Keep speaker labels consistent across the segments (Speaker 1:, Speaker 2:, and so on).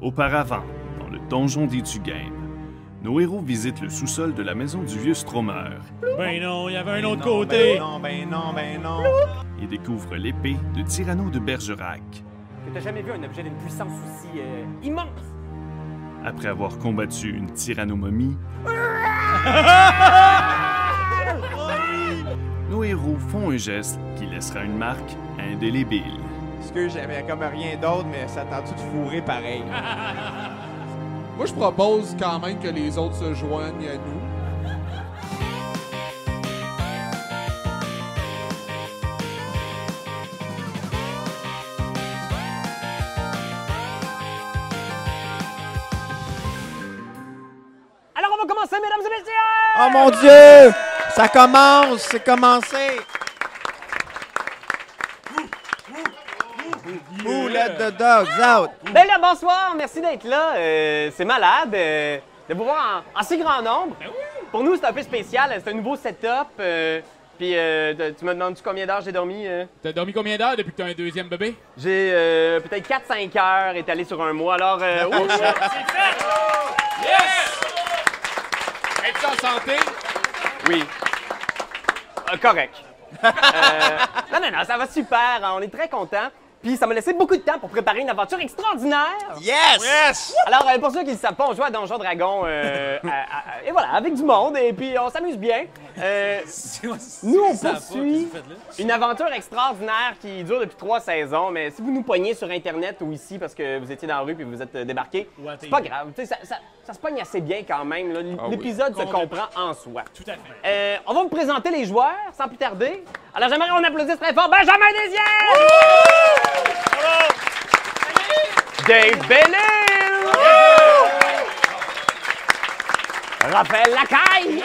Speaker 1: Auparavant, dans le donjon des Tugaines, nos héros visitent le sous-sol de la maison du vieux Stromer
Speaker 2: Ben non, il y avait un autre
Speaker 3: Non,
Speaker 2: côté.
Speaker 3: Ben non, ben non, ben non.
Speaker 1: et découvrent l'épée de Tyranno de Bergerac.
Speaker 4: Que t'as jamais vu un objet d'une puissance aussi euh, immense.
Speaker 1: Après avoir combattu une tyrannomomie, nos héros font un geste qui laissera une marque indélébile.
Speaker 3: Parce que j'avais comme rien d'autre, mais ça t'a-tu de fourrer pareil?
Speaker 5: Moi, je propose quand même que les autres se joignent à nous.
Speaker 4: Alors on va commencer, mesdames et messieurs!
Speaker 3: Oh mon Dieu! Ça commence! C'est commencé! Who let the dogs out?
Speaker 4: Ben là, bonsoir, merci d'être là. Euh, c'est malade euh, de vous voir en, en si grand nombre. Pour nous, c'est un peu spécial. C'est un nouveau setup. euh, Puis euh, t- tu me demandes-tu combien d'heures j'ai dormi? euh?
Speaker 2: T'as dormi combien d'heures depuis que t'as un deuxième bébé?
Speaker 4: J'ai euh, peut-être 4-5 heures étalées sur un mois. Alors, euh, oh,
Speaker 2: Es-tu en santé?
Speaker 4: Oui. Euh, correct. Euh, non, non, non, ça va super. hein, On est très contents. Puis ça m'a laissé beaucoup de temps pour préparer une aventure extraordinaire.
Speaker 3: Yes!
Speaker 4: Alors, euh, pour ceux qui ne le savent pas, on joue à Donjon Dragon. euh, à- à- à- et voilà, avec du monde. Et puis, on s'amuse bien. Euh, nous, on poursuit une aventure extraordinaire qui dure depuis trois saisons. Mais si vous nous pognez sur Internet ou ici parce que vous étiez dans la rue puis vous êtes euh, débarqué,
Speaker 2: à
Speaker 4: c'est
Speaker 2: TV.
Speaker 4: pas grave. Tu sais, Ça, ça, ça se pogne assez bien quand même. là. L-
Speaker 5: Ah oui.
Speaker 4: L'épisode se
Speaker 2: Complètement.
Speaker 4: comprend en soi.
Speaker 2: Tout à fait.
Speaker 4: Euh, on va vous présenter les joueurs sans plus tarder. Alors j'aimerais qu'on applaudisse très fort Benjamin Desiel! Dave Bellil! Raphaël Lacaille!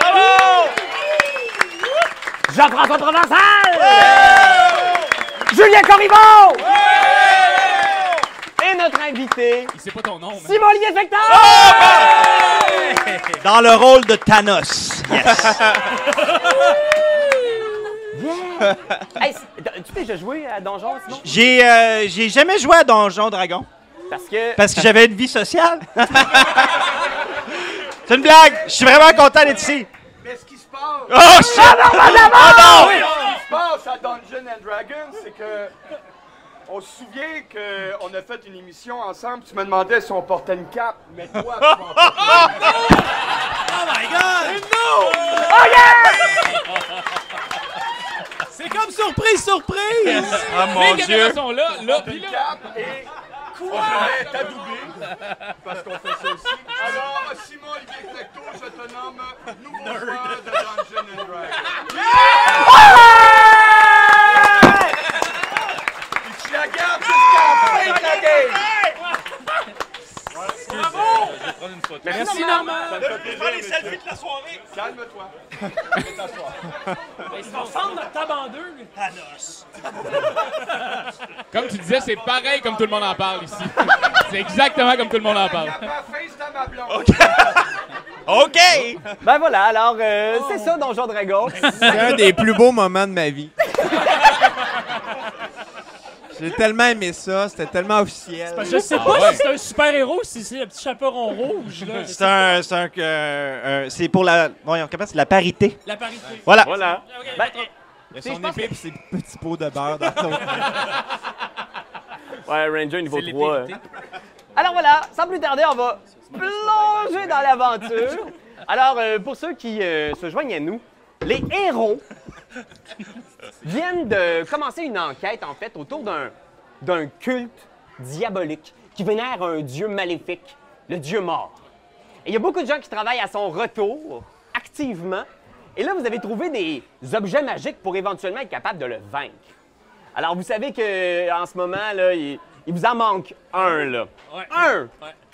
Speaker 4: Jean-François Provençal! Julien Corriveau! Et notre invité,
Speaker 2: Il sait pas ton nom, mais.
Speaker 4: Simon Olivier Spector!
Speaker 3: Dans le rôle de Thanos. Yes!
Speaker 4: Hey, c'est- tu t'es déjà joué à Donjon, Simon?
Speaker 3: J'ai euh, j'ai jamais joué à Donjon Dragon
Speaker 4: Parce que...
Speaker 3: parce que j'avais une vie sociale. C'est une blague! Je suis vraiment content d'être ici.
Speaker 6: Mais ce qui se passe, Ah,
Speaker 3: Oh, shit! Oh, non!
Speaker 6: ce qui se passe à Dungeon and Dragons, c'est que on se souvient qu'on a fait une émission ensemble. Tu me demandais si on portait une cape, mais toi, tu m'en portes pas.
Speaker 7: C'est comme surprise, surprise!
Speaker 5: Ah, mon
Speaker 2: Les caméras sont là, là, pis
Speaker 6: une
Speaker 2: là.
Speaker 6: cape et quoi T'as doublé parce qu'on fait ça aussi. Alors, euh, Simon Olivier Flecto, je te nomme nouveau joueur de Dungeon and Dragons. Et tu la gardes jusqu'à la fin de la game.
Speaker 2: Merci, Normand.
Speaker 6: Calme-toi.
Speaker 2: Comme tu disais, c'est pareil comme tout le monde en parle ici. C'est exactement comme tout le monde en parle.
Speaker 6: La face de ma blonde.
Speaker 3: OK!
Speaker 4: Ben voilà, alors euh, c'est ça Donjon Dragon.
Speaker 7: C'est un des plus beaux moments de ma vie. J'ai tellement aimé ça, c'était tellement officiel.
Speaker 8: Je sais
Speaker 2: Ah
Speaker 8: pas si c'est un super-héros, si c'est le petit chaperon rouge, là.
Speaker 3: C'est un. C'est un- euh, un- c'est pour la. Voyons, comment c'est la parité.
Speaker 8: La parité.
Speaker 3: Voilà.
Speaker 4: voilà. Ben,
Speaker 7: Il y
Speaker 4: je
Speaker 7: a son
Speaker 4: pense
Speaker 7: épée pis ses petits pots de beurre dans son...
Speaker 4: ouais, Ranger niveau 3. euh. Alors voilà, sans plus tarder, on va plonger dans l'aventure. Alors euh, pour ceux qui euh, se joignent à nous, les héros viennent de commencer une enquête en fait autour d'un d'un culte diabolique qui vénère un dieu maléfique, le dieu mort. Et il y a beaucoup de gens qui travaillent à son retour, activement. Et là, vous avez trouvé des objets magiques pour éventuellement être capable de le vaincre. Alors, vous savez que euh, en ce moment, là, il, il vous en manque un, là. Un!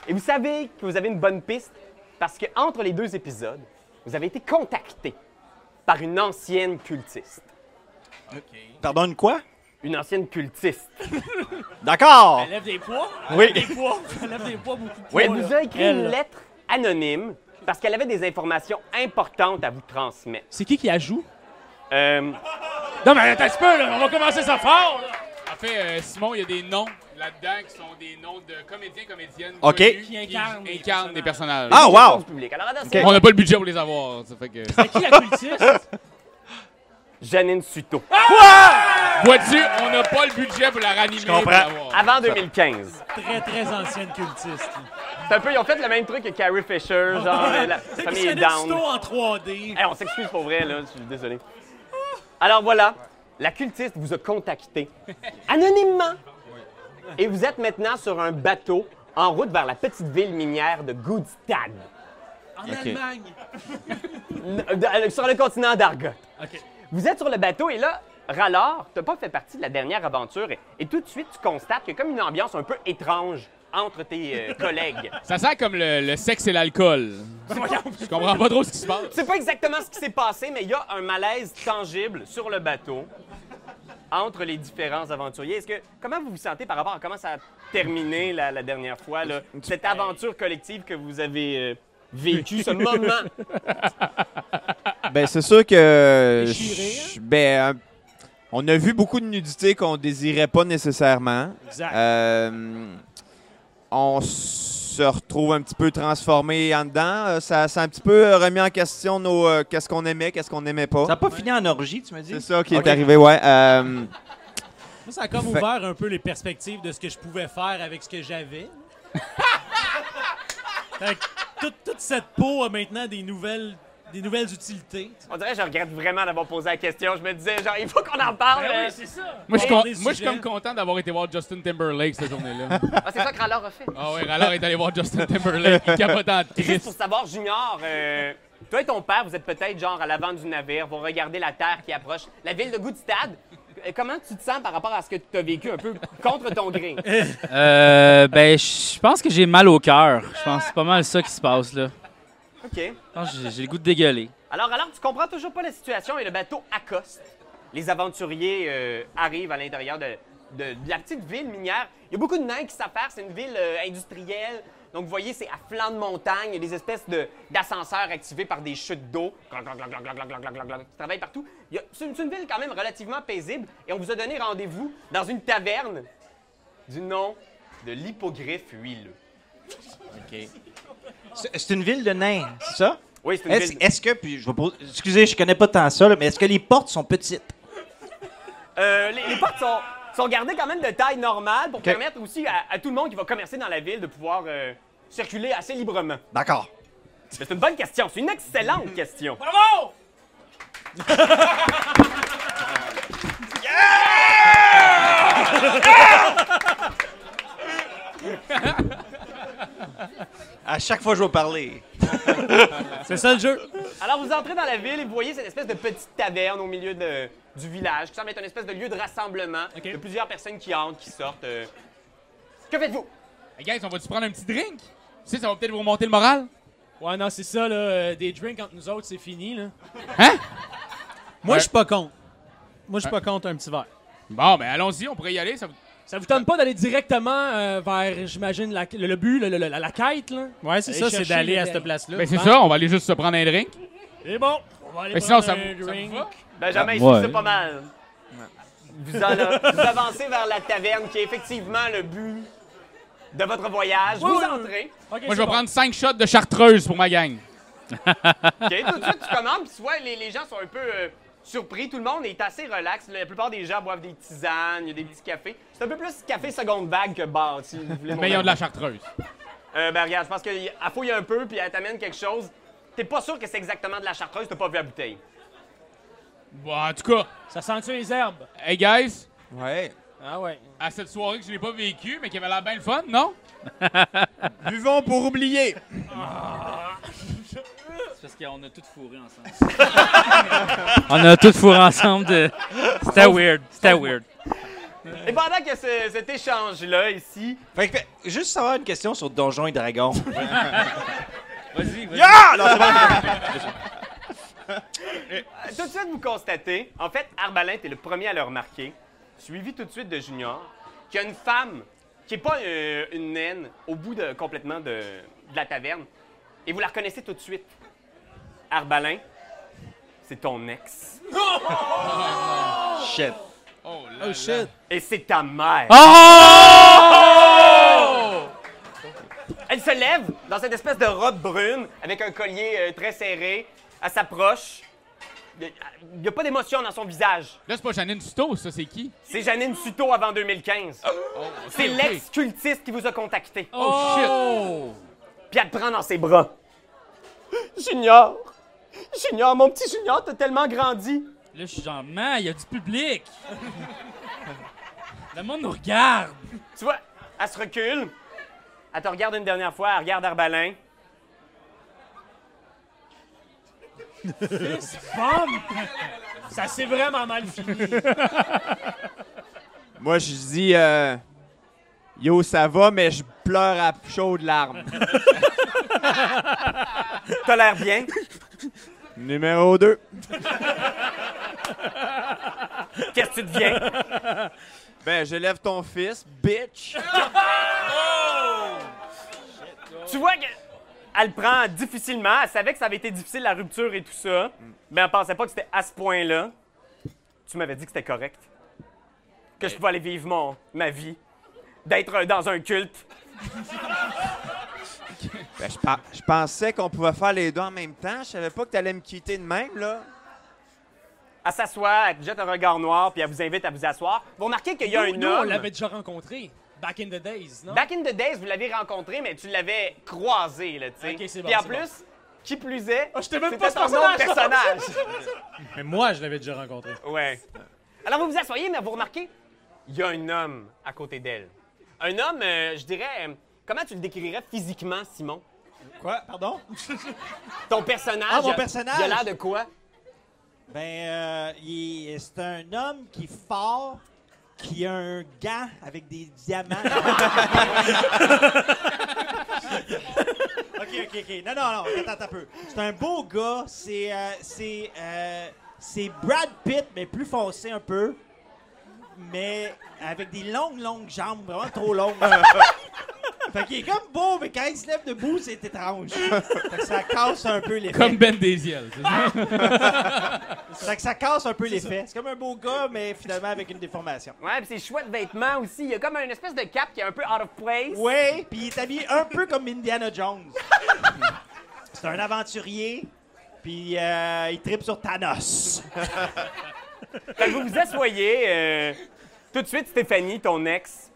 Speaker 4: Et vous savez que vous avez une bonne piste parce que entre les deux épisodes, vous avez été contacté par une ancienne cultiste.
Speaker 3: Pardon, une quoi?
Speaker 4: Une ancienne cultiste.
Speaker 3: D'accord! Ah,
Speaker 8: Elle lève des poids.
Speaker 3: Oui.
Speaker 8: Des poids. Elle lève des poids, beaucoup de poids.
Speaker 3: Oui.
Speaker 4: Elle vous a écrit
Speaker 8: Elle,
Speaker 4: une
Speaker 8: là.
Speaker 4: lettre anonyme parce qu'elle avait des informations importantes à vous transmettre.
Speaker 8: C'est qui qui la joue?
Speaker 4: Euh,
Speaker 8: Non, mais attends un petit peu, là. On va commencer ça fort, là.
Speaker 2: En fait, euh, Simon, il y a des noms là-dedans qui sont des noms de comédiens, comédiennes
Speaker 3: OK.
Speaker 2: connus
Speaker 8: Qui incarnent des
Speaker 2: incarnent des personnages.
Speaker 3: Ah, wow!
Speaker 4: Réponse publique. Alors, attention.
Speaker 2: On n'a pas le budget pour les avoir. Ça fait que...
Speaker 8: C'est qui la cultiste?
Speaker 4: Janine Suto.
Speaker 2: Vois-tu, on n'a pas le budget pour la ranimer. Je
Speaker 3: comprends.
Speaker 4: Avant 2015.
Speaker 8: très, très ancienne cultiste.
Speaker 4: C'est un peu, ils ont fait le même truc que Carrie Fisher, genre euh, la
Speaker 8: C'est qui
Speaker 4: famille est
Speaker 8: c'est
Speaker 4: down.
Speaker 8: en 3D.
Speaker 4: Hey, Eh, on s'excuse pour vrai, là, je suis désolé. Alors voilà, la cultiste vous a contacté anonymement. Et vous êtes maintenant sur un bateau en route vers la petite ville minière de Goodstad,
Speaker 8: En
Speaker 3: Ok.
Speaker 8: Allemagne.
Speaker 4: n- euh, sur le continent d'Argot.
Speaker 8: OK.
Speaker 4: Vous êtes sur le bateau et là, Rallard, t'as pas fait partie de la dernière aventure et, et tout de suite, tu constates qu'il y a comme une ambiance un peu étrange entre tes euh, collègues.
Speaker 2: Ça sent comme le, le sexe et l'alcool. Je comprends pas trop ce qui se passe.
Speaker 4: Tu sais pas exactement ce qui s'est passé, mais il y a un malaise tangible sur le bateau entre les différents aventuriers. Est-ce que comment vous vous sentez par rapport à comment ça a terminé la, la dernière fois, là, cette aventure collective que vous avez euh, vécue, ce moment
Speaker 7: Ben, c'est sûr que.
Speaker 8: Déchiré, hein?
Speaker 7: je- Ben, euh, on a vu beaucoup de nudité qu'on désirait pas nécessairement.
Speaker 8: Exact.
Speaker 7: Euh, on se retrouve un petit peu transformé en dedans. Euh, Ça, ça a un petit peu remis en question nos euh, qu'est-ce qu'on aimait, qu'est-ce qu'on n'aimait pas.
Speaker 3: Ça n'a pas fini en orgie, tu me dis?
Speaker 7: C'est ça qui est arrivé, ouais. Euh,
Speaker 8: Moi, ça a comme
Speaker 7: Fait-
Speaker 8: ouvert un peu les perspectives de ce que je pouvais faire avec ce que j'avais. Fait que toute, toute cette peau a maintenant des nouvelles, des nouvelles utilités.
Speaker 4: On dirait que je regrette vraiment d'avoir posé la question. Je me disais, genre, il faut qu'on en parle. euh.
Speaker 8: ça.
Speaker 2: Moi, je suis con-
Speaker 8: Hors des
Speaker 2: moi, je suis
Speaker 8: sujets.
Speaker 2: comme content d'avoir été voir Justin Timberlake cette journée-là.
Speaker 4: Ah, c'est ça que Rallard a fait.
Speaker 2: Ah ouais, Rallard est allé voir Justin Timberlake, il capote en
Speaker 4: Juste
Speaker 2: triste.
Speaker 4: pour savoir, Junior, euh, toi et ton père, vous êtes peut-être genre à l'avant du navire, vous regardez la terre qui approche, la ville de Goodstad. Euh, Comment tu te sens par rapport à ce que tu as vécu un peu contre ton gré?
Speaker 9: Euh, ben, je pense que j'ai mal au cœur. Je pense que c'est pas mal ça qui se passe, là.
Speaker 4: OK.
Speaker 9: Je pense que j'ai- j'ai le goût de dégueuler.
Speaker 4: Alors, alors, tu comprends toujours pas la situation et le bateau accoste. Les aventuriers euh, arrivent à l'intérieur de, de- de la petite ville minière. Il y a beaucoup de nains qui s'affairent. C'est une ville euh, industrielle. Donc, vous voyez, c'est à flanc de montagne. Il y a des espèces de- d'ascenseurs activés par des chutes d'eau. Clonk, clonk, clonk, clonk, clonk, clonk, clonk, clonk, Qui travaillent partout. Il y a- C'est une, c'est une ville quand même relativement paisible. Et on vous a donné rendez-vous dans une taverne du nom de l'hippogriffe huileux.
Speaker 3: C'est c'est une ville de nains, c'est ça?
Speaker 4: Oui, c'est une
Speaker 3: Est-ce
Speaker 4: ville...
Speaker 3: est-ce que, puis je vais poser- excusez, je connais pas tant ça, là, mais est-ce que les portes sont petites?
Speaker 4: Euh, les, les portes sont, sont gardées quand même de taille normale pour permettre aussi à, à tout le monde qui va commercer dans la ville de pouvoir euh, circuler assez librement.
Speaker 3: D'accord.
Speaker 4: Mais c'est une bonne question, c'est une excellente question.
Speaker 3: À chaque fois, je vais parler.
Speaker 8: C'est ça le jeu.
Speaker 4: Alors vous entrez dans la ville et vous voyez cette espèce de petite taverne au milieu de- du village qui semble être une espèce de lieu de rassemblement de plusieurs personnes qui entrent, qui sortent. euh. Que faites-vous?
Speaker 2: Hey guys, on va-tu prendre un petit drink? Tu sais, ça va peut-être vous remonter le moral.
Speaker 8: Ouais, non, c'est ça, là. euh, Des drinks entre nous autres, c'est fini, là.
Speaker 2: Hein?
Speaker 8: Moi, je suis pas contre. Moi, je suis pas contre un petit verre.
Speaker 2: Bon, ben allons-y, on pourrait y aller. Ça... vous-
Speaker 8: Ça vous tente pas d'aller directement euh, vers, j'imagine, la- le, le but, le- le- la, la quête, là? Ouais, c'est
Speaker 9: ça, c'est d'aller à cette
Speaker 8: place-là.
Speaker 2: Ben c'est ça, on va aller juste se prendre un drink.
Speaker 8: C'est bon. On va aller
Speaker 2: Ben sinon,
Speaker 8: prendre
Speaker 2: ça
Speaker 8: un
Speaker 2: vous, ça vous
Speaker 8: drink.
Speaker 2: va?
Speaker 4: Benjamin, il
Speaker 9: ouais.
Speaker 4: suce pas mal. Vous, en- vous avancez vers la taverne qui est effectivement le but de votre voyage.
Speaker 8: Oui,
Speaker 4: vous
Speaker 8: oui, oui.
Speaker 4: entrez.
Speaker 8: Ok,
Speaker 2: Moi, je
Speaker 8: c'est
Speaker 2: vais
Speaker 8: bon.
Speaker 2: prendre 5 shots de chartreuse pour ma gang.
Speaker 4: OK, tout de suite, tu commandes, puis tu vois, les, les gens sont un peu euh, surpris. Tout le monde est assez relax. La plupart des gens boivent des tisanes, il y a des petits cafés. C'est un peu plus café seconde vague que bar, si vous voulez. mon
Speaker 2: Mais ils ont
Speaker 4: avis.
Speaker 2: de la chartreuse.
Speaker 4: Euh, ben, regarde, je pense qu'elle fouille un peu, puis elle t'amène quelque chose. T'es pas sûr que c'est exactement de la chartreuse, t'as pas vu la bouteille.
Speaker 2: Bon, Bah, en tout cas,
Speaker 8: Ça sent-tu les herbes?
Speaker 2: hey guys,
Speaker 7: ouais.
Speaker 8: Ah ouais.
Speaker 2: à cette soirée que je n'ai pas vécue, mais qui avait l'air bien le fun, non?
Speaker 7: Buvons pour oublier.
Speaker 9: C'est parce qu'on a tout fourré ensemble. On a tout fourré ensemble. De... C'était
Speaker 8: Oh.
Speaker 9: weird. C'était weird.
Speaker 4: Et pendant que ce- cet échange-là, ici,
Speaker 3: Fait que, fait- juste savoir une question sur Donjons et Dragons.
Speaker 9: Vas-y, vas-y.
Speaker 4: tout de suite, vous constatez, en fait, Arbalin est le premier à le remarquer, suivi tout de suite de Junior, qu'il y a une femme qui est pas euh, une naine au bout de, complètement de, de la taverne. Et vous la reconnaissez tout de suite. Arbalin, c'est ton ex.
Speaker 3: Shit.
Speaker 2: Oh là
Speaker 10: Oh
Speaker 2: là.
Speaker 10: shit.
Speaker 4: Et c'est ta mère.
Speaker 9: Oh!
Speaker 4: Elle se lève dans cette espèce de robe brune avec un collier euh, très serré. Elle s'approche. Il n'y a pas d'émotion dans son visage.
Speaker 2: Là, c'est pas Janine Suto, ça, c'est qui?
Speaker 4: C'est Janine Suto avant 2015. C'est
Speaker 2: ok.
Speaker 4: l'ex-cultiste qui vous a contacté.
Speaker 2: Oh shit!
Speaker 4: Puis elle te prend dans ses bras. Junior! Junior, mon petit Junior, t'as tellement grandi.
Speaker 9: Là, je suis genre, man, il y a du public. Le monde nous regarde.
Speaker 4: Tu vois, elle se recule. Elle te regarde une dernière fois, elle regarde Arbalin.
Speaker 8: Bam! Ça s'est vraiment mal fini.
Speaker 7: Moi, je dis euh, Yo, ça va, mais je pleure à chaudes larmes.
Speaker 4: T'as l'air bien.
Speaker 7: Numéro 2.
Speaker 4: Qu'est-ce que tu deviens?
Speaker 7: Ben, je lève ton fils, bitch.
Speaker 4: tu vois que. Elle le prend difficilement. Elle savait que ça avait été difficile, la rupture et tout ça. Mais elle pensait pas que c'était à ce point-là. Tu m'avais dit que c'était correct. Que je pouvais aller vivre mon, ma vie. D'être dans un culte.
Speaker 7: Ben, je, par- je pensais qu'on pouvait faire les deux en même temps. Je savais pas que t'allais me quitter de même, là.
Speaker 4: Elle s'assoit, elle te jette un regard noir, puis elle vous invite à vous asseoir. Vous remarquez qu'il y a
Speaker 8: Nous-
Speaker 4: un
Speaker 8: nous, on
Speaker 4: homme.
Speaker 8: l'avait déjà rencontré. Back in the days, non?
Speaker 4: Back in the days, vous l'avez rencontré, mais tu l'avais croisé, là, tu sais.
Speaker 8: Ok, c'est bon,
Speaker 4: Puis en
Speaker 8: c'est
Speaker 4: plus, qui plus est,
Speaker 8: je t'ai même
Speaker 4: c'était
Speaker 8: pas ce
Speaker 4: son nom de
Speaker 8: personnage.
Speaker 4: personnage.
Speaker 10: Mais moi, je l'avais déjà rencontré.
Speaker 4: ouais. Alors, vous vous asseyez, mais vous remarquez, il y a un homme à côté d'elle. Un homme, euh, je dirais, euh, comment tu le décrirais physiquement, Simon?
Speaker 10: Quoi? Pardon?
Speaker 4: Ton personnage.
Speaker 10: Ah, mon
Speaker 4: il a-
Speaker 10: personnage!
Speaker 4: Il a l'air de quoi?
Speaker 10: Ben, euh, il- c'est un homme qui est fort, qui a un gant avec des diamants. ok, ok, ok. Non, non, non, attends, attends un peu. C'est un beau gars. C'est euh, c'est, euh, c'est Brad Pitt, mais plus foncé un peu. Mais avec des longues, longues jambes, vraiment trop longues. fait qu'il est comme beau, mais quand il se lève debout, c'est étrange. Fait que ça casse un peu l'effet.
Speaker 9: Comme Ben Desiel. c'est ça?
Speaker 10: Fait que ça casse un peu l'effet. C'est comme un beau gars, mais finalement avec une déformation.
Speaker 4: Ouais, puis ses chouettes vêtements aussi. Il y a comme une espèce de cap qui est un peu out of place.
Speaker 10: Ouais, puis il est habillé un peu comme Indiana Jones. C'est un aventurier, puis euh, il tripe sur Thanos.
Speaker 4: Fait que vous vous asseyez. euh, tout de suite, Stéphanie, ton ex,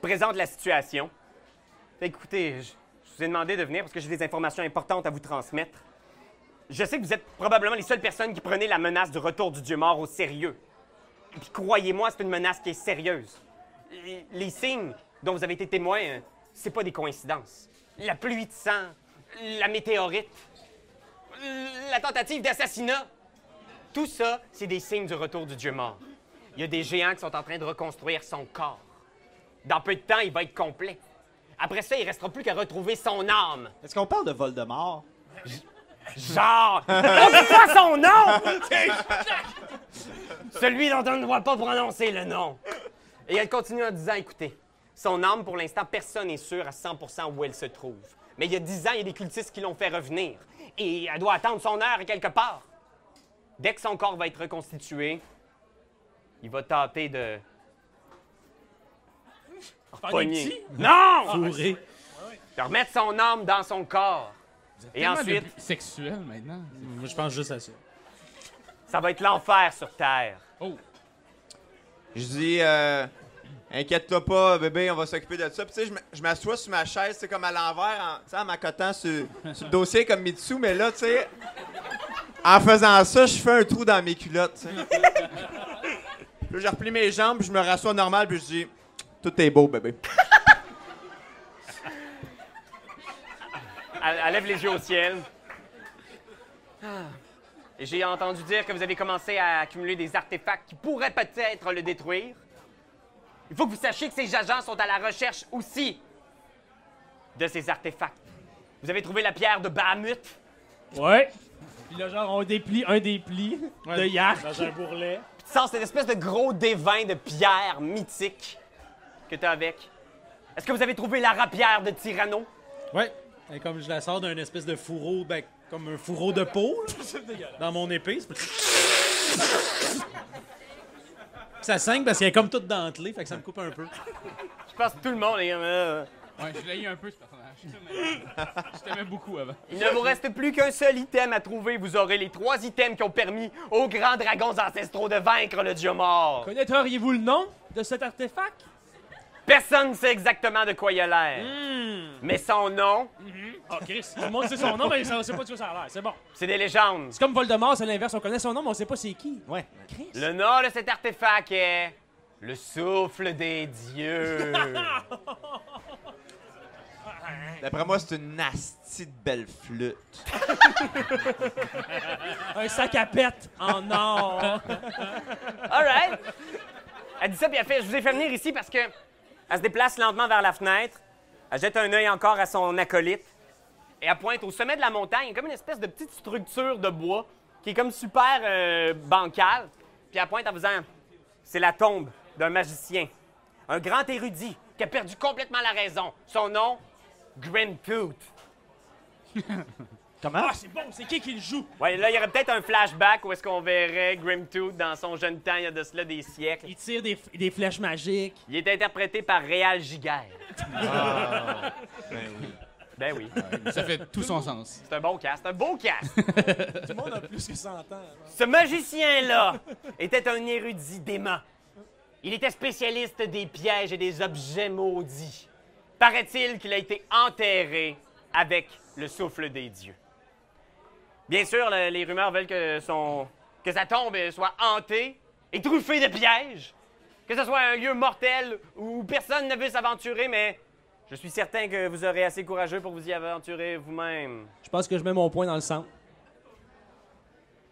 Speaker 4: présente la situation. Fait que, écoutez, je, je vous ai demandé de venir parce que j'ai des informations importantes à vous transmettre. Je sais que vous êtes probablement les seules personnes qui prenaient la menace du retour du Dieu mort au sérieux. Et Puis croyez-moi, c'est une menace qui est sérieuse. Les- Les signes dont vous avez été témoin, euh, c'est pas des coïncidences. La pluie de sang, la météorite, la tentative d'assassinat. Tout ça, c'est des signes du retour du Dieu mort. Il y a des géants qui sont en train de reconstruire son corps. Dans peu de temps, il va être complet. Après ça, il restera plus qu'à retrouver son âme.
Speaker 10: Est-ce qu'on parle de Voldemort?
Speaker 4: Genre, on dit pas son nom! Celui dont on ne doit pas prononcer le nom. Et elle continue en disant, écoutez, son âme, pour l'instant, personne n'est sûr à 100 où elle se trouve. Mais il y a 10 ans, il y a des cultistes qui l'ont fait revenir. Et elle doit attendre son heure à quelque part. Dès que son corps va être reconstitué, il va tenter de... Pogner. Non!
Speaker 10: Bourré.
Speaker 4: De remettre son âme dans son corps. Et
Speaker 2: Tellement
Speaker 4: ensuite...
Speaker 2: de- Sexuel maintenant.
Speaker 10: Moi, je pense juste à ça.
Speaker 4: Ça va être l'enfer sur Terre.
Speaker 7: Je dis, euh, inquiète-toi pas, bébé, on va s'occuper de ça. Puis tu sais, je m- je m'assois sur ma chaise, c'est comme à l'envers, en, tu sais, en m'accotant sur, sur le dossier comme Mitsu, mais là, tu sais, en faisant ça, je fais un trou dans mes culottes, tu sais. Puis là, je replie mes jambes, puis je me rassois normal, puis je dis, tout est beau, bébé.
Speaker 4: Elle, elle lève les yeux au ciel. Ah. Et j'ai entendu dire que vous avez commencé à accumuler des artefacts qui pourraient peut-être le détruire. Il faut que vous sachiez que ces agents sont à la recherche aussi de ces artefacts. Vous avez trouvé la pierre de Bahamut.
Speaker 8: Ouais. Puis là, genre, on déplie un des plis de Yark.
Speaker 10: Dans un bourrelet.
Speaker 4: Tu sens cette espèce de gros dévin de pierre mythique que t'as avec. Est-ce que vous avez trouvé la rapière de Tyranno?
Speaker 10: Ouais. Et comme je la sors d'un espèce de fourreau, ben, comme un fourreau de peau, là, dans mon épée. c'est-
Speaker 11: Ça saigne parce qu'elle est comme toute dentelée, fait que ça me coupe un peu.
Speaker 4: Je pense que tout le monde est. euh,
Speaker 2: Ouais, je l'ai eu un peu, ce personnage. Je t'aimais beaucoup avant.
Speaker 4: Il ne vous reste plus qu'un seul item à trouver. Vous aurez les trois items qui ont permis aux grands dragons ancestraux de vaincre le dieu mort.
Speaker 8: Connaîtriez-vous le nom de cet artefact?
Speaker 4: Personne ne sait exactement de quoi il a l'air. Mais son nom,
Speaker 8: Ah, Chris, tout le monde sait son nom, mais ça- on sait pas de quoi ça a l'air. C'est bon.
Speaker 4: c'est des légendes.
Speaker 8: C'est comme Voldemort, c'est l'inverse. On connaît son nom, mais on sait pas c'est qui. Ouais. Chris.
Speaker 4: Le nom de cet artefact est le souffle des dieux.
Speaker 7: D'après moi, c'est une nasty de belle flûte.
Speaker 8: Un sac à pète en or.
Speaker 4: All right. Elle dit ça, puis elle fait, je vous ai fait venir ici parce que elle se déplace lentement vers la fenêtre. Elle jette un œil encore à son acolyte. Et elle pointe au sommet de la montagne, comme une espèce de petite structure de bois qui est comme super euh, bancale. Puis elle pointe en faisant, c'est la tombe d'un magicien, un grand érudit qui a perdu complètement la raison. Son nom, Grimtooth.
Speaker 8: Ah, c'est bon, c'est qui qui le joue?
Speaker 4: Ouais, là, il y aurait peut-être un flashback où est-ce qu'on verrait Grimtooth dans son jeune temps, il y a de cela des siècles.
Speaker 8: Il tire des, des flèches magiques.
Speaker 4: Il est interprété par Réal Giguère. Ah. ben oui. Ben oui.
Speaker 2: Ça fait tout son sens.
Speaker 4: C'est un bon cast, un beau cast.
Speaker 11: Tout le monde a plus que 100 ans.
Speaker 8: hein.
Speaker 11: là.
Speaker 4: Ce magicien-là était un érudit dément. Il était spécialiste des pièges et des objets maudits. Paraît-il qu'il a été enterré avec le souffle des dieux. Bien sûr, le- les rumeurs veulent que, son, que sa tombe euh, soit hantée et truffée de pièges, que ce soit un lieu mortel où personne ne veut s'aventurer, mais je suis certain que vous aurez assez courageux pour vous y aventurer vous-même.
Speaker 8: Je pense que je mets mon point dans le centre.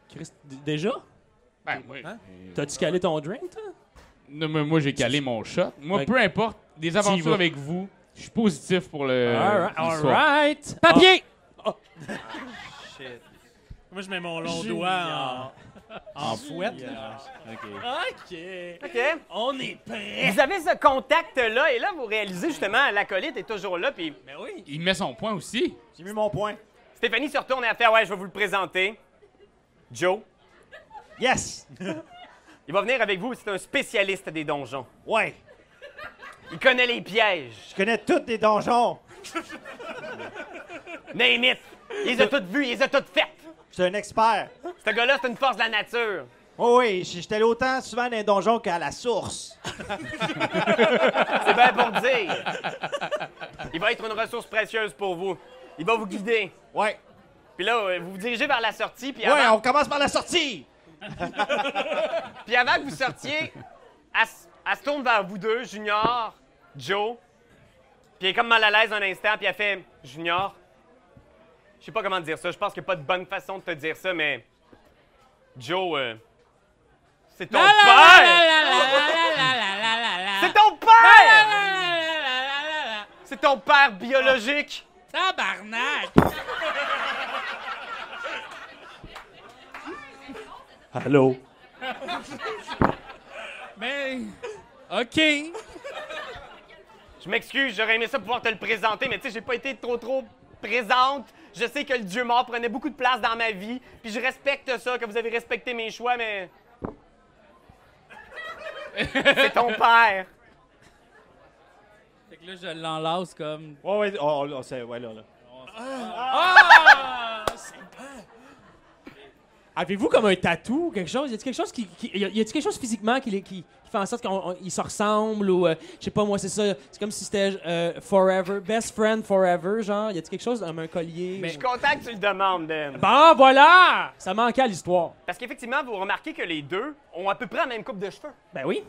Speaker 8: Chris, d- déjà?
Speaker 2: Ben oui.
Speaker 8: Hein? T'as-tu calé ton drink, toi?
Speaker 2: Non, mais moi, j'ai calé mon shot. Moi,
Speaker 8: Ouais.
Speaker 2: peu importe, des
Speaker 8: y
Speaker 2: aventures
Speaker 8: vas.
Speaker 2: avec vous, je suis positif pour
Speaker 9: Euh,
Speaker 2: le.
Speaker 8: Alright,
Speaker 2: l'histoire.
Speaker 8: alright.
Speaker 9: Ah! Papier!
Speaker 8: Ah!
Speaker 11: Moi, je mets mon long doigt en, en fouette. là.
Speaker 8: Ah, OK.
Speaker 4: OK?
Speaker 8: On est prêts.
Speaker 4: Vous avez ce contact-là, et là, vous réalisez justement, l'acolyte est toujours là, puis
Speaker 11: Ben oui.
Speaker 2: Il met son point aussi.
Speaker 10: J'ai mis mon point.
Speaker 4: Stéphanie se retourne et elle fait Ouais, je vais vous le présenter. Joe,
Speaker 10: Yes!
Speaker 4: il va venir avec vous, c'est un spécialiste des donjons.
Speaker 10: Ouais!
Speaker 4: Il connaît les pièges.
Speaker 10: Je connais toutes les donjons.
Speaker 4: Name it. Il les a toutes vues, il les a toutes faites.
Speaker 10: Je suis un expert.
Speaker 4: Ce gars-là, c'est une force de la nature.
Speaker 10: Oh oui, j- j'étais allé autant souvent dans les donjons qu'à la source.
Speaker 4: C'est bien pour dire. Il va être une ressource précieuse pour vous. Il va vous guider.
Speaker 10: Ouais.
Speaker 4: Puis là, euh, vous vous dirigez vers la sortie, puis
Speaker 10: Ouais,
Speaker 4: avant,
Speaker 10: on commence par la sortie!
Speaker 4: puis avant que vous sortiez, elle, s- elle se tourne vers vous deux, Junior, Joe. Puis elle est comme mal à l'aise un instant, puis elle fait Junior, je sais pas comment dire ça, je pense qu'il n'y a pas de bonne façon de te dire ça, mais. Joe, euh, c'est ton père! C'est ton père! C'est ton père biologique!
Speaker 9: Tabarnak!
Speaker 10: Allô?
Speaker 2: Mais.
Speaker 9: Ben, OK.
Speaker 4: Je m'excuse, j'aurais aimé ça pouvoir te le présenter, mais tu sais, j'ai pas été trop trop présente. Je sais que le dieu mort prenait beaucoup de place dans ma vie, puis je respecte ça, que vous avez respecté mes choix, mais. C'est ton père!
Speaker 9: Fait que là, je l'enlace comme.
Speaker 10: Ouais, ouais, oh, oh, c'est- ouais, là, là.
Speaker 8: Avez-vous comme un tatou ou quelque chose? Y a-t-il quelque chose qui, qui- y a- y a-t-il quelque chose physiquement qui, les- qui, qui fait en sorte qu'ils se ressemblent ou euh, je sais pas moi c'est ça c'est comme si c'était euh, forever best friend forever genre y a-t-il quelque chose comme un collier?
Speaker 4: Je
Speaker 8: Mais...
Speaker 4: suis content que tu le demandes, Ben.
Speaker 8: Bon voilà ça manquait à l'histoire.
Speaker 4: Parce qu'effectivement, vous remarquez que les deux ont à peu près la même coupe de cheveux.
Speaker 8: Ben oui.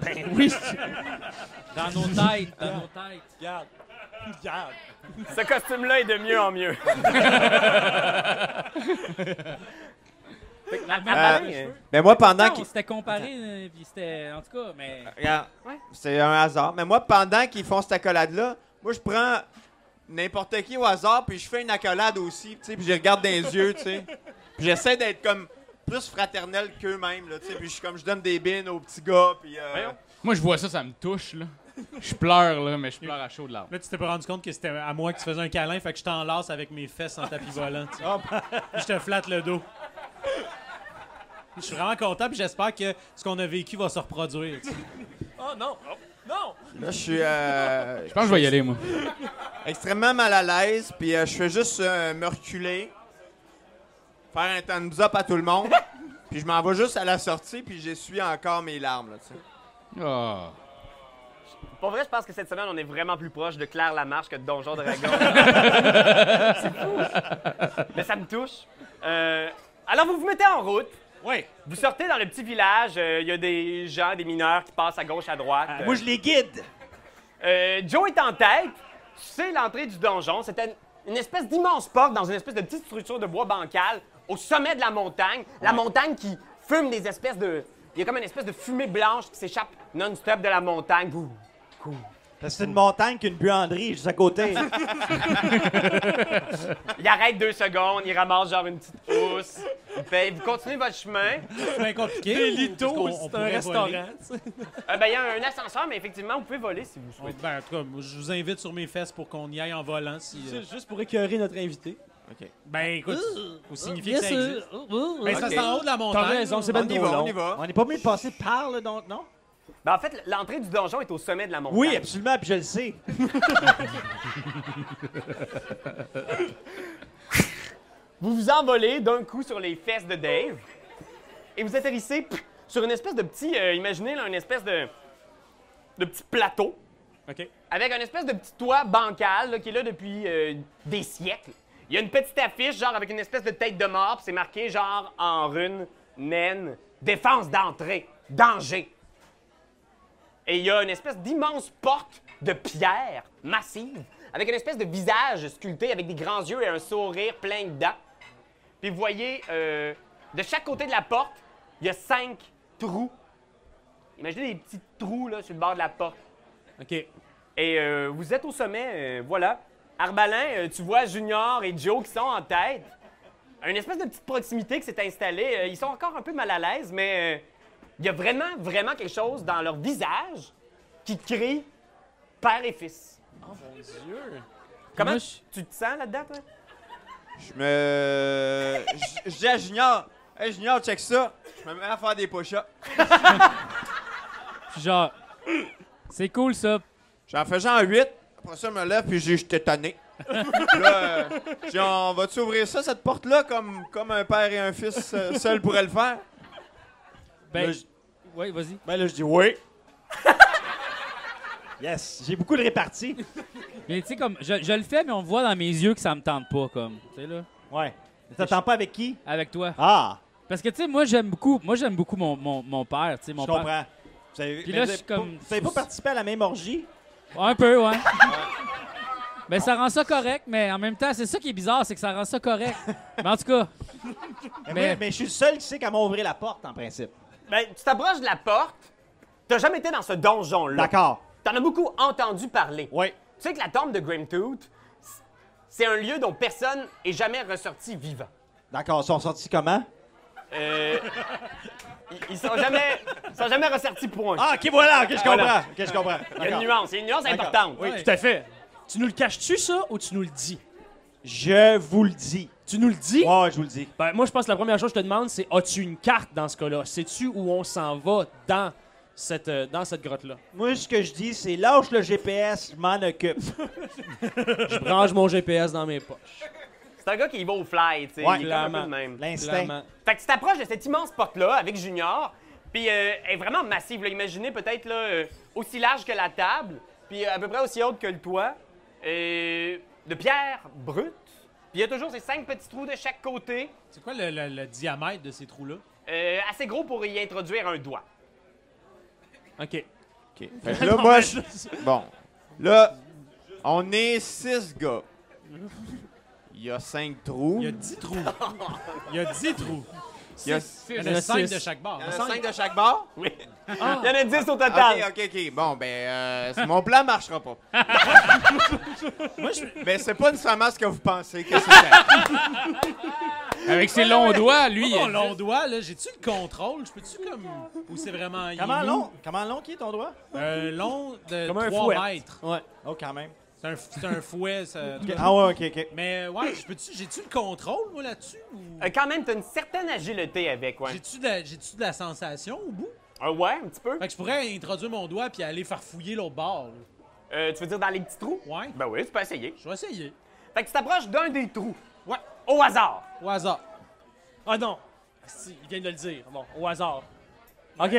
Speaker 8: ben oui.
Speaker 9: Dans nos têtes, dans nos têtes.
Speaker 11: Regarde. Regarde.
Speaker 4: Ce costume-là est de mieux en mieux.
Speaker 9: La
Speaker 4: hein.
Speaker 7: Euh, mais moi,
Speaker 8: Ah,
Speaker 7: pendant
Speaker 9: Non,
Speaker 7: qu'il.
Speaker 9: c'était comparé, euh, puis c'était. En tout cas, mais.
Speaker 7: Regarde,
Speaker 4: Ouais.
Speaker 7: c'est un hasard. Mais moi, pendant qu'ils font cette accolade-là, moi, je prends n'importe qui au hasard, puis je fais une accolade aussi, tu sais, puis je les regarde dans les yeux, tu sais. Puis j'essaie d'être comme plus fraternel qu'eux-mêmes, là, tu sais. Puis je suis comme, je donne des bines aux petits gars, puis. euh,
Speaker 2: Moi, je vois ça, ça me touche, là. Je pleure, là, mais je pleure à chaud de larmes.
Speaker 11: Là, tu t'es pas rendu compte que c'était à moi que tu faisais un câlin, fait que je
Speaker 8: Ah.
Speaker 11: t'enlace avec mes fesses en tapis volant. tu sais. Puis je te flatte le dos. Je suis vraiment content, puis j'espère que ce qu'on a vécu va se reproduire.
Speaker 8: Oh non! Non!
Speaker 7: Là, je suis. euh,
Speaker 2: Je pense que je vais y aller, moi.
Speaker 7: Extrêmement mal à l'aise, puis euh, je fais juste euh, me reculer, faire un thumbs up à tout le monde, puis je m'en vais juste à la sortie, puis j'essuie encore mes larmes, là, tu sais.
Speaker 2: Ah.
Speaker 4: Pour vrai, je pense que cette semaine, on est vraiment plus proche de Claire Lamarche que de Donjon Dragon. C'est fou. Mais ça me touche. Euh, alors, vous vous mettez en route.
Speaker 11: Oui.
Speaker 4: Vous sortez dans le petit village. euh, Il y a des gens, des mineurs qui passent à gauche, à droite. Euh,
Speaker 10: Ah, Moi, je les guide.
Speaker 4: Euh, Joe est en tête. C'est l'entrée du donjon. C'était une- une espèce d'immense porte dans une espèce de petite structure de bois bancal au sommet de la montagne. La montagne qui fume des espèces de. Il y a comme une espèce de fumée blanche qui s'échappe non-stop de la montagne. Ouh.
Speaker 10: Parce que c'est une montagne qu'une buanderie juste à côté.
Speaker 4: Il arrête deux secondes, il ramasse genre une petite pousse. Il fait, vous continuez votre chemin.
Speaker 11: C'est bien compliqué.
Speaker 8: Des
Speaker 11: ou-
Speaker 8: litos,
Speaker 11: parce qu'on- on
Speaker 8: c'est un
Speaker 11: pourrait
Speaker 8: restaurant.
Speaker 11: voler.
Speaker 8: tu sais.
Speaker 4: Euh, ben, il y a un ascenseur, mais effectivement, vous pouvez voler si vous
Speaker 11: On-
Speaker 4: souhaitez.
Speaker 11: ben, en tout cas, moi, je vous invite sur mes fesses pour qu'on y aille en volant. Si, euh,
Speaker 8: C'est juste pour écœurer notre invité.
Speaker 11: Ben, écoute, faut signifier que ça
Speaker 8: Ah. Yes,
Speaker 11: existe.
Speaker 8: euh, oh, oh,
Speaker 11: Ben, ça,
Speaker 7: Ok.
Speaker 11: c'est en haut de la montagne.
Speaker 8: T'as raison, c'est
Speaker 7: On
Speaker 8: ben
Speaker 7: y
Speaker 8: trop
Speaker 7: va,
Speaker 8: long.
Speaker 7: on y va.
Speaker 10: On n'est pas mieux de passer par le don, non?
Speaker 4: Ben, en fait, l'entrée du donjon est au sommet de la montagne.
Speaker 10: Oui, absolument, puis je le sais.
Speaker 4: Vous vous envolez d'un coup sur les fesses de Dave et vous atterrissez pff, sur une espèce de petit. euh, imaginez, là, une espèce de. de petit plateau.
Speaker 11: OK.
Speaker 4: Avec un espèce de petit toit bancal là, qui est là depuis euh, des siècles. Il y a une petite affiche, genre avec une espèce de tête de mort, puis c'est marqué, genre en rune, naine, défense d'entrée, danger. Et il y a une espèce d'immense porte de pierre massive, avec une espèce de visage sculpté avec des grands yeux et un sourire plein de dents. Puis vous voyez, euh, de chaque côté de la porte, il y a cinq trous. Imaginez des petits trous là, sur le bord de la porte.
Speaker 8: OK.
Speaker 4: Et euh, vous êtes au sommet, euh, voilà. Arbalin, euh, tu vois Junior et Joe qui sont en tête. Une espèce de petite proximité qui s'est installée. Euh, ils sont encore un peu mal à l'aise, mais euh, il y a vraiment, vraiment quelque chose dans leur visage qui crie père et fils. Oh mon Dieu! Comment
Speaker 8: Moi,
Speaker 4: tu te sens là-dedans, toi?
Speaker 7: Je me. je- Je dis à Junior, hey Junior, check ça. Je me mets à faire des push-ups.
Speaker 9: Puis genre, c'est cool ça.
Speaker 7: J'en fais genre 8. Après ça, je me lève puis je dis, je t'ai tanné. là, euh, je dis, on va-tu ouvrir ça, cette porte-là, comme, comme un père et un fils euh, seuls pourraient le faire?
Speaker 9: Ben,
Speaker 10: Là, je-
Speaker 9: ouais, vas-y.
Speaker 10: Ben là, je dis oui. yes, j'ai beaucoup de réparties.
Speaker 9: Mais tu sais, comme, je, je le fais, mais on voit dans mes yeux que ça me tente pas, comme, tu sais, là,
Speaker 10: Ouais. Mais T'attends pas avec qui?
Speaker 9: avec toi.
Speaker 10: Ah,
Speaker 9: Parce que, tu sais, moi, j'aime beaucoup, moi, j'aime beaucoup mon, mon, mon père, tu sais, mon
Speaker 10: je
Speaker 9: père.
Speaker 10: comprends. Vous avez,
Speaker 9: Puis
Speaker 10: mais
Speaker 9: là,
Speaker 10: vous
Speaker 9: je
Speaker 10: avez
Speaker 9: suis
Speaker 10: pas-
Speaker 9: comme-
Speaker 10: Vous avez pas participé à la même orgie?
Speaker 9: Un peu, ouais. Mais ça rend ça correct, mais en même temps, c'est ça qui est bizarre, c'est que ça rend ça correct. mais en tout cas,
Speaker 10: Mais,
Speaker 9: Mais-
Speaker 10: moi, mais je suis le seul qui sait comment ouvrir la porte, en principe.
Speaker 4: Ben, tu t'approches de la porte. T'as jamais été dans ce donjon-là.
Speaker 10: D'accord.
Speaker 4: T'en as beaucoup entendu parler.
Speaker 10: Oui.
Speaker 4: Tu sais que la tombe de Grimtooth, c- c'est un lieu dont personne est jamais ressorti vivant.
Speaker 10: D'accord, ils sont sortis comment?
Speaker 4: Euh, ils- ils sont jamais, ils sont jamais ressortis point.
Speaker 10: Ah, ok, voilà, ok, je comprends.
Speaker 4: Voilà.
Speaker 10: Ok, je comprends.
Speaker 4: il y a
Speaker 10: D'accord.
Speaker 4: une nuance, il y a une nuance importante.
Speaker 8: Oui, tout à fait. Tu nous le caches-tu, ça, ou tu nous le dis?
Speaker 10: Je vous le dis.
Speaker 8: Tu nous le dis?
Speaker 10: Ouais, je vous le dis.
Speaker 8: Ben, moi, je pense que la première chose que je te demande, c'est as-tu une carte dans ce cas-là? Sais-tu où on s'en va dans cette, euh, dans cette grotte-là?
Speaker 10: Moi, ce que je dis, c'est lâche le GPS, je m'en occupe.
Speaker 8: Je branche mon GPS dans mes poches.
Speaker 4: C'est un gars qui y va au fly, tu sais.
Speaker 10: Ouais,
Speaker 4: il est comme un peu
Speaker 8: clairement.
Speaker 4: de même.
Speaker 10: L'instinct.
Speaker 8: Clairement.
Speaker 4: Fait que tu t'approches de cette immense porte-là avec Junior, puis euh, elle est vraiment massive. là. Imaginez peut-être là, euh, aussi large que la table, puis euh, à peu près aussi haute que le toit, euh, de pierre brute. Puis il y a toujours ces cinq petits trous de chaque côté,
Speaker 11: C'est quoi le, le- le diamètre de ces trous-là?
Speaker 4: euh, assez gros pour y introduire un doigt.
Speaker 8: OK.
Speaker 7: OK. Fait que là, moi, je... Bon. Là, on est six gars. Il y a cinq trous.
Speaker 11: Il y a 10 trous. Il y a 10 trous.
Speaker 7: Il y
Speaker 11: Il y
Speaker 7: a
Speaker 11: en
Speaker 8: Il y en
Speaker 11: a
Speaker 8: a
Speaker 11: 5
Speaker 8: six.
Speaker 11: de chaque barre.
Speaker 7: il y en a cinq de chaque bord.
Speaker 4: Oui. il y en a dix au total.
Speaker 7: OK, OK, OK. Bon, ben, euh, c'est- mon plan marchera pas. Mais c'est pas nécessairement ce que vous pensez que c'est.
Speaker 2: Avec ses longs doigts, lui. il
Speaker 11: Mon
Speaker 2: a-
Speaker 11: Oh, long doigt, là, j'ai-tu le contrôle? Je peux-tu comme. Ou c'est vraiment. il est
Speaker 10: Comment
Speaker 11: mou?
Speaker 10: long? Comment long qui est ton doigt?
Speaker 11: Euh, long de
Speaker 8: Comme un
Speaker 11: 3
Speaker 8: fouet.
Speaker 11: mètres.
Speaker 8: Ouais.
Speaker 10: Oh, quand même.
Speaker 11: C'est un, c'est un fouet, ça.
Speaker 10: Ok. Ah ouais, ok, ok.
Speaker 11: Mais ouais, je peux-tu- j'ai-tu le contrôle, moi, là-dessus? ou-
Speaker 4: Euh, quand même, t'as une certaine agilité avec, ouais.
Speaker 11: J'ai-tu de, la- j'ai-tu de la sensation au bout?
Speaker 4: Euh, ouais, un petit peu.
Speaker 11: Fait que je pourrais introduire mon doigt puis aller farfouiller l'autre bord.
Speaker 4: Euh, tu veux dire dans les petits trous?
Speaker 11: Ouais.
Speaker 4: Ben oui, tu peux essayer.
Speaker 11: Je vais essayer.
Speaker 4: Fait que tu t'approches d'un des trous.
Speaker 11: Ouais.
Speaker 4: Au hasard.
Speaker 11: Au hasard.
Speaker 8: Ah non! Si, il vient de le dire. Bon, au hasard. OK,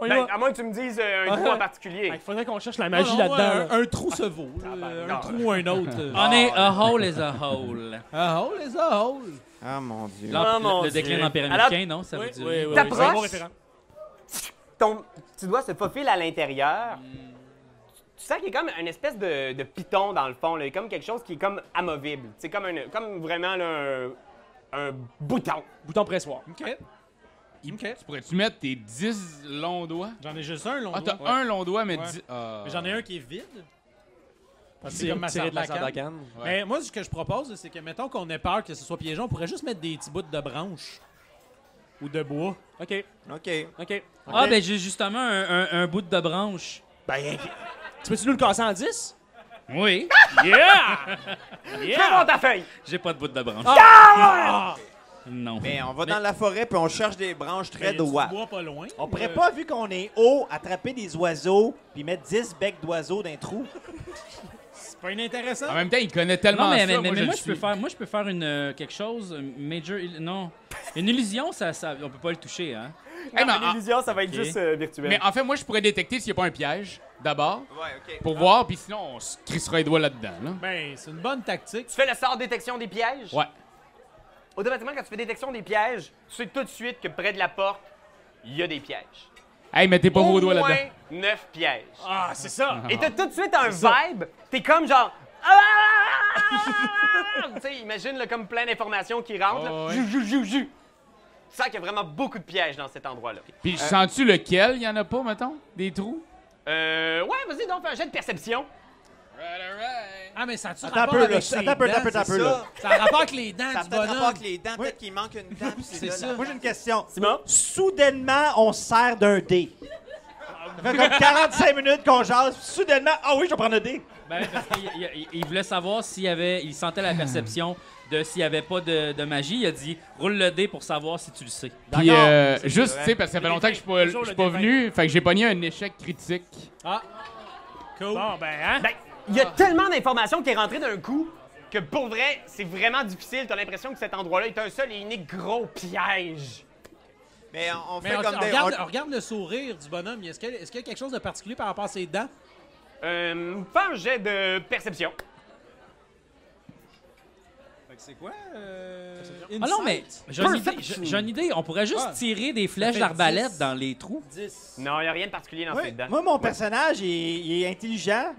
Speaker 8: on y
Speaker 4: Ben,
Speaker 8: va.
Speaker 4: à moins que tu me dises euh, un
Speaker 8: Ah,
Speaker 4: trou en
Speaker 8: ouais.
Speaker 4: particulier.
Speaker 8: Il faudrait qu'on cherche la magie
Speaker 11: Non, non, moi,
Speaker 8: là-dedans. là.
Speaker 11: Un, un trou se vaut. là.
Speaker 7: Ah, ben,
Speaker 11: un trou ou un autre. euh.
Speaker 9: On est a hole is a hole.
Speaker 11: Ah, oh, les ah, oh.
Speaker 7: Ah, mon Dieu.
Speaker 9: L'emp-
Speaker 4: Ah, mon
Speaker 9: le, le déclin de
Speaker 4: Dieu.
Speaker 9: l'Empire
Speaker 4: Alors-
Speaker 9: américain, non? Ça
Speaker 8: Oui,
Speaker 9: veut dire.
Speaker 8: oui, oui, oui.
Speaker 4: T'approches?
Speaker 8: C'est un bon référent.
Speaker 4: Ton petit doigt se faufile à l'intérieur. Tu sens qu'il y a comme une espèce de, de piton dans le fond, là. comme quelque chose qui est comme amovible. C'est comme, un- comme vraiment là, un, un bouton.
Speaker 8: Bouton pressoir.
Speaker 11: OK. OK.
Speaker 2: Pourrais-tu mettre tes 10 longs doigts?
Speaker 11: J'en ai juste un long
Speaker 2: Ah, t'as
Speaker 11: doigt.
Speaker 2: un long doigt, mais
Speaker 11: Ouais.
Speaker 2: 10. Ah.
Speaker 11: Mais J'en ai un qui est vide. Parce que c'est
Speaker 8: Tirer-
Speaker 11: comme ma
Speaker 8: tirer de la
Speaker 11: sarbacane.
Speaker 8: sarbacane.
Speaker 2: Ouais.
Speaker 11: Mais moi, ce que je propose, c'est que, mettons qu'on ait peur que ce soit piégeant, on pourrait juste mettre des petits bouts de branches ou de bois.
Speaker 8: OK,
Speaker 7: OK.
Speaker 8: OK.
Speaker 9: Ah, ben j'ai justement un, un- un bout de branche.
Speaker 8: Tu peux-tu nous le casser en 10?
Speaker 9: Oui.
Speaker 4: Fais voir ta feuille!
Speaker 9: J'ai pas de bout de branche. Non.
Speaker 7: Mais on va dans la forêt puis on cherche des branches très
Speaker 11: Il y a du
Speaker 7: droites.
Speaker 11: bois Euh. pas loin.
Speaker 10: On pourrait pas, vu qu'on est haut, attraper des oiseaux puis mettre 10 becs d'oiseaux dans un trou.
Speaker 11: C'est pas inintéressant.
Speaker 2: En même temps, il connaît tellement
Speaker 9: Non,
Speaker 11: Ah,
Speaker 9: mais,
Speaker 2: ça.
Speaker 9: mais- mais- mais moi,
Speaker 2: le
Speaker 9: je peux
Speaker 2: suis.
Speaker 9: faire, moi, je peux faire une, euh, quelque chose, euh, major, il- non. Une illusion, ça, ça, on peut pas le toucher, hein.
Speaker 2: Hey, Eh, mais,
Speaker 4: Non,
Speaker 2: en,
Speaker 4: L'illusion, ça va être juste euh, virtuel.
Speaker 2: mais en fait, moi, je pourrais détecter s'il n'y a pas un piège, d'abord,
Speaker 7: Ouais, OK.
Speaker 2: pour voir, puis sinon, on se crissera les doigts là-dedans. Là.
Speaker 11: Ben, c'est une bonne tactique.
Speaker 4: Tu fais le sort détection des pièges?
Speaker 2: Ouais.
Speaker 4: Automatiquement, quand tu fais détection des pièges, tu sais tout de suite que près de la porte, il y a des pièges.
Speaker 2: Hey, mettez pas vos
Speaker 4: Au
Speaker 2: doigts
Speaker 4: moins
Speaker 2: là-dedans.
Speaker 4: neuf pièges.
Speaker 8: Ah, c'est ça!
Speaker 4: Et t'as tout de suite un vibe, t'es comme genre. Ah! tu sais, imagine là, comme plein d'informations qui rentrent. là.
Speaker 2: Ah ouais.
Speaker 4: Jou, jou, jou, jou. Tu sens qu'il y a vraiment beaucoup de pièges dans cet endroit-là.
Speaker 2: Puis sens-tu lequel? Il y en a pas, mettons? Des trous?
Speaker 4: Euh. Ouais, vas-y, donc fais un jet de perception.
Speaker 11: Ah, mais ça a-tu
Speaker 10: Attends un
Speaker 11: rapport
Speaker 10: peu,
Speaker 11: avec
Speaker 10: là.
Speaker 11: ses
Speaker 10: Attends un peu,
Speaker 11: dents,
Speaker 10: attends un peu,
Speaker 11: c'est
Speaker 10: attends un peu,
Speaker 11: ça?
Speaker 10: là.
Speaker 11: Ça a rapport avec les dents
Speaker 7: Ça a
Speaker 11: du
Speaker 7: peut-être rapport
Speaker 11: bonhomme.
Speaker 7: avec les dents. Peut-être qu'il manque une dent. puis
Speaker 11: C'est
Speaker 7: C'est là,
Speaker 11: ça.
Speaker 7: là.
Speaker 10: Moi, j'ai une question.
Speaker 4: Simon?
Speaker 10: Soudainement, on se sert d'un dé. Ça fait comme 45 minutes qu'on jase, puis soudainement, ah oui, je vais prendre le dé.
Speaker 9: Ben, parce qu'il il- il- il voulait savoir s'il y avait, il sentait la perception de s'il y avait pas de, de magie. Il a dit, roule le dé pour savoir si tu le sais.
Speaker 2: Puis
Speaker 7: D'accord,
Speaker 2: euh,
Speaker 7: c'est
Speaker 2: juste,
Speaker 7: vrai.
Speaker 2: tu sais, parce que ça fait longtemps que je suis pas, je
Speaker 8: Toujours
Speaker 2: suis
Speaker 8: le
Speaker 2: pas
Speaker 8: dévain.
Speaker 2: venu, fait que j'ai pogné un échec critique.
Speaker 11: Cool.
Speaker 8: Bon, ben, hein?
Speaker 4: Ben, il y a tellement d'informations qui est rentrée d'un coup que pour vrai, c'est vraiment difficile. T'as l'impression que cet endroit-là est un seul et unique gros piège.
Speaker 7: Mais on, on fait
Speaker 11: Mais on,
Speaker 7: comme
Speaker 11: on
Speaker 7: des...
Speaker 11: regarde,
Speaker 7: Ben, on-
Speaker 11: on regarde le sourire du bonhomme. Est-ce qu'il est qu'il y a quelque chose de particulier par rapport à ses dents?
Speaker 4: Euh. Fais un jet de perception.
Speaker 11: C'est quoi? Euh...
Speaker 9: Ah non, mais j'ai une, idée, j'ai- j'ai une idée. On pourrait juste
Speaker 11: Ah.
Speaker 9: tirer des flèches
Speaker 11: fait
Speaker 9: d'arbalète
Speaker 11: 10.
Speaker 9: dans les trous.
Speaker 11: 10.
Speaker 4: Non, il a rien de particulier dans
Speaker 10: Oui,
Speaker 4: cette dent.
Speaker 10: Moi, mon personnage, il, est- il est intelligent.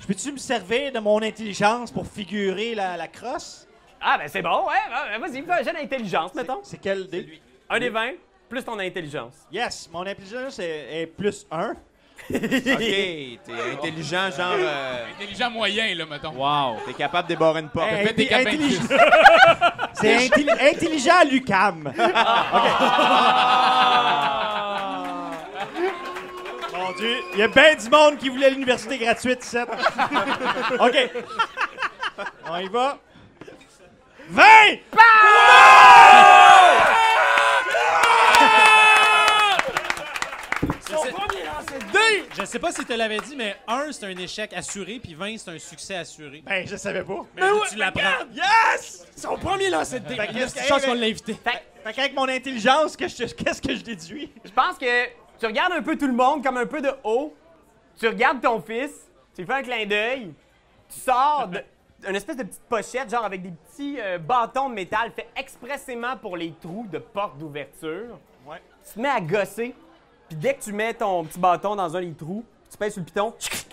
Speaker 10: Je peux-tu me servir de mon intelligence pour figurer la, la crosse?
Speaker 4: Ah, ben c'est bon, ouais. ouais, Vas-y, fais un jet d'intelligence, mettons.
Speaker 10: C'est quel dé?
Speaker 4: Un des 20, plus ton intelligence.
Speaker 10: Yes, mon intelligence est, est plus 1.
Speaker 7: OK, t'es intelligent, genre... euh,
Speaker 2: Intelligent moyen, là, mettons.
Speaker 9: Wow.
Speaker 7: T'es capable de débarrer une porte.
Speaker 2: fait des
Speaker 10: Intelli-
Speaker 2: capins de
Speaker 10: intelligent. C'est intelli- intelligent à l'UCAM. Ah. OK. Mon Dieu, il y a bien du monde qui voulait l'université gratuite, ça. OK. On y va. 20!
Speaker 11: Je sais pas si tu l'avais dit, mais 1, c'est un échec assuré, puis 20, c'est un succès assuré.
Speaker 10: Ben, je savais pas.
Speaker 11: Mais tu l'apprends.
Speaker 10: Yes!
Speaker 8: Son premier lancer de dé!
Speaker 10: Fait que
Speaker 8: Il y a
Speaker 10: qu'est-ce
Speaker 8: cette
Speaker 10: qu'il
Speaker 8: chance
Speaker 10: y
Speaker 8: qu'on
Speaker 10: avait-
Speaker 8: l'a invité.
Speaker 10: Fait qu'avec mon intelligence, que je- qu'est-ce que je déduis?
Speaker 4: Je pense que tu regardes un peu tout le monde comme un peu de haut. Tu regardes ton fils, tu lui fais un clin d'œil, tu sors de- d'une espèce de petite pochette, genre avec des petits euh, bâtons de métal faits expressément pour les trous de porte d'ouverture.
Speaker 10: Ouais.
Speaker 4: Tu te mets à gosser, puis dès que tu mets ton petit bâton dans un des trous, tu pèses sur le piton, tchic,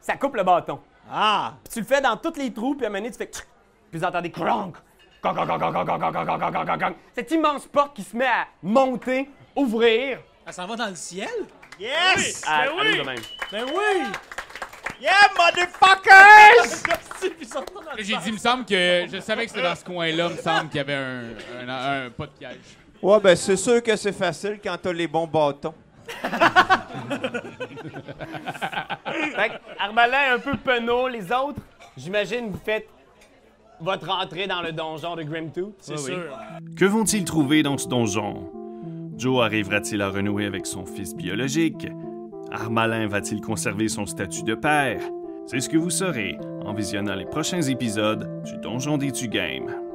Speaker 4: ça coupe le bâton.
Speaker 10: Ah!
Speaker 4: Puis tu le fais dans tous les trous, puis à un moment donné, tu fais tchic, puis vous entendez cronk, cronk, cronk, cronk, cronk, cronk, cronk, cronk, cronk, cronk, cronk. Cette immense porte qui se met à monter, ouvrir,
Speaker 11: Elle s'en va dans le ciel?
Speaker 10: Yes!
Speaker 4: à, à l'eau de même.
Speaker 8: Ben oui!
Speaker 10: Yeah, motherfuckers!
Speaker 2: Là, J'ai dit, il me semble que je savais que c'était dans ce coin-là, il me semble qu'il y avait un, un, un- un pas de piège.
Speaker 7: Ouais, ben c'est sûr que c'est facile quand t'as les bons bâtons.
Speaker 4: Fait que Arbalin est un peu penaud, les autres, J'imagine vous faites votre entrée dans le donjon de Grimtooth.
Speaker 1: C'est sûr. Que vont-ils trouver dans ce donjon? Joe arrivera-t-il à renouer avec son fils biologique? Armalin va-t-il conserver son statut de père? C'est ce que vous saurez en visionnant les prochains épisodes du Donjon des Tu Game.